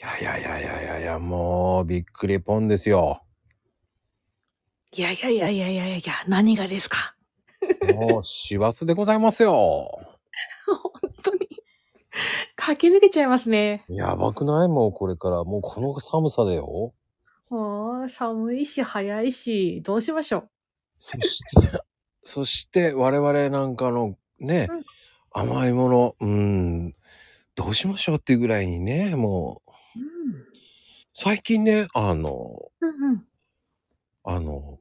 やいやいやいやいやいや、もう、びっくりポンですよ。いやいやいやいやいやいや、何がですかもう、師走でございますよ。本当に。駆け抜けちゃいますね。やばくないもう、これから。もう、この寒さだよ。もう、寒いし、早いし、どうしましょそして、そして、我々なんかの、ね、うん甘いもの、うん、どうしましょうっていうぐらいにね、もう、う。最近ね、あの、うん。うんうん。あの、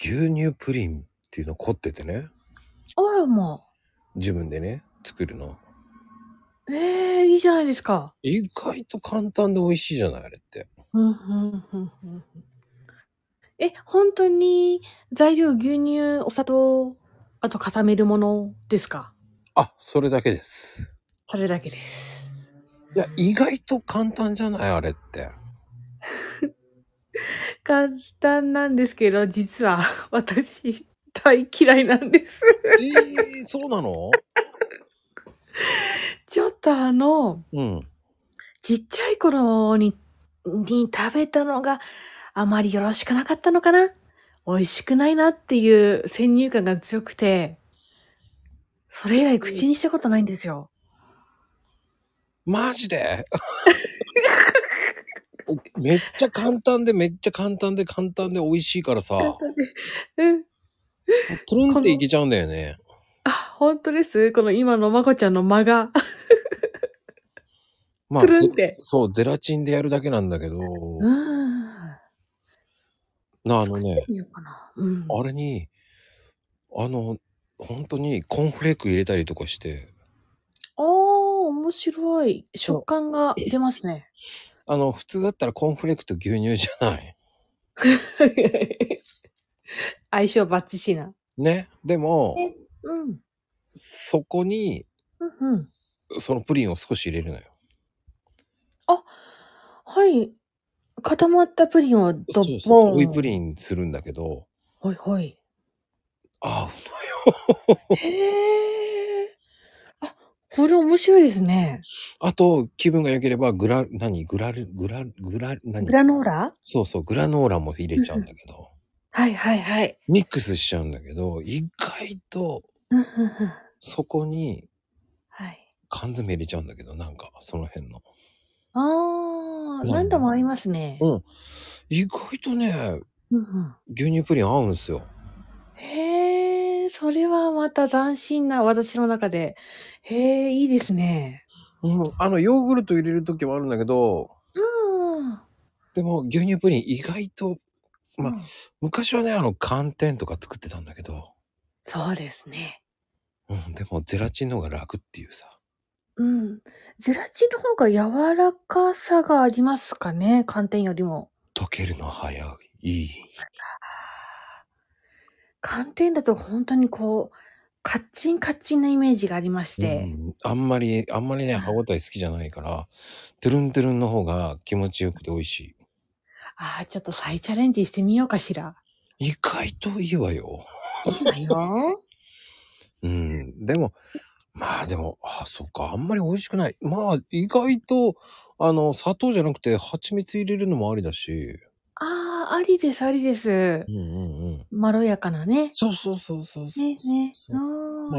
牛乳プリンっていうの凝っててね、あら、も自分でね、作るの。う。ええいいじゃないですか。意外と簡単で美味しいじゃないあれって。うん、うん、うん、うん。え、本当に、材料、牛乳、お砂糖、あと固めるものですかあ、それだけです。それだけです。いや、意外と簡単じゃないあれって。簡単なんですけど、実は、私、大嫌いなんです。えー、そうなの ちょっとあの、うん。ちっちゃい頃に、に食べたのがあまりよろしくなかったのかな美味しくないなっていう先入観が強くて、それ以来口にしたことないんですよ。マジで おめっちゃ簡単でめっちゃ簡単で簡単で美味しいからさ、うん。トゥルンっていけちゃうんだよね。あ、本当ですこの今のまこちゃんの間が。まトゥルンってそう、ゼラチンでやるだけなんだけど、なうん。あのね、いいのかなうん。あれに、あの、本当にコーンフレーク入れたりとかして、あー、面白い。食感が出ま すね。あの、普通だったらコーンフレークと牛乳じゃない。相性バッチシな。ね。でも、うん。そこに、うんうん。そのプリンを少し入れるのよ。はい。固まったプリンをドそうッそポう。ン。追いプリンするんだけど、はいはい。ああ、へえ。あ、これ面白いですね。あと、気分が良ければ、グラ、何グラル、グラ、グラ、何グラノーラそうそう、グラノーラも入れちゃうんだけど、はいはいはい。ミックスしちゃうんだけど、意外と、うんうんうんそこにはい。缶詰入れちゃうんだけど、なんか、その辺の。あうあ、ん何度も合いますね。うん。意外とね、うんうん牛乳プリン合うんですよ。へえ、それはまた斬新な私の中で。へえ、いいですね。うん、あの、ヨーグルト入れる時もあるんだけど、うん。でも牛乳プリン意外と、まあうん昔はね、あの、寒天とか作ってたんだけど、そうですね。うん、でもゼラチンの方が楽っていうさ。うん。ゼラチンの方が柔らかさがありますかね、寒天よりも。溶けるの早い。いい。寒天だと本当にこう、カッチンカッチンなイメージがありまして。うんあんまり、あんまりね、歯応え好きじゃないから、トゥルントゥルンの方が気持ちよくて美味しああ、ちょっと再チャレンジしてみようかしら。い。意外といいわよ。いいわよ。うん。でも、まあでも、あ、そっか、あんまり美味しくない。まあ、意外と、あの、砂糖じゃなくて、蜂蜜入れるのもありだし。ああ、ありです、ありですう。んうんうん。まろやかなね。そうそうそうそうそう。ね、ね。そうま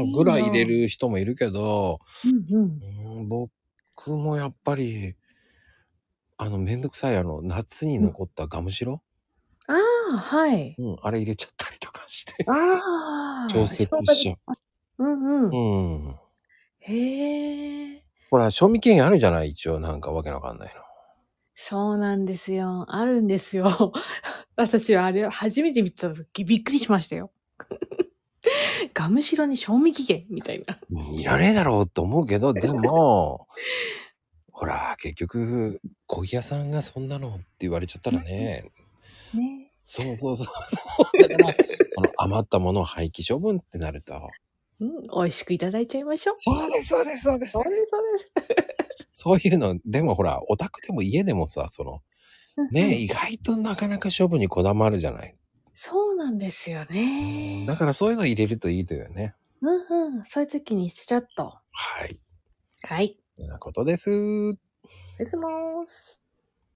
まあ、ぐらい入れ。る人もいるけど、いいなうんうんう。ん、僕もやっぱり、あの、めんどくさい、あの、夏に残ったガムシロ、ああ、はい。うん、あれ入れちゃったりとかして、ああ。調節しちゃう。うんうん。うん。へえ。ほら、賞味期限あるじゃない一応、なんかわけのわかんないの。そうなんですよ。あるんですよ。 私はあれを初めて見た時びっくりしましたよ。 ガムシロに賞味期限みたいな。うんいらねえだろうと思うけ ど、でも、ほら、結局、小木屋さんがそんなのって言われちゃったらね、ね。そうそうそうそう。だから、その余ったものを廃棄処分ってなると、うん、美味しくいただいちゃいましょう。そうです、そうです、そうですそう。です、そうです。そういうの、でもほら、お宅でも家でもさ、その、ね、意外となかなか処分にこだわるじゃない。そうなんですよね。だからそういうの入れるといいというね。うんうん。そういう時にしちゃっと。はい。はい。てなことです。失礼します。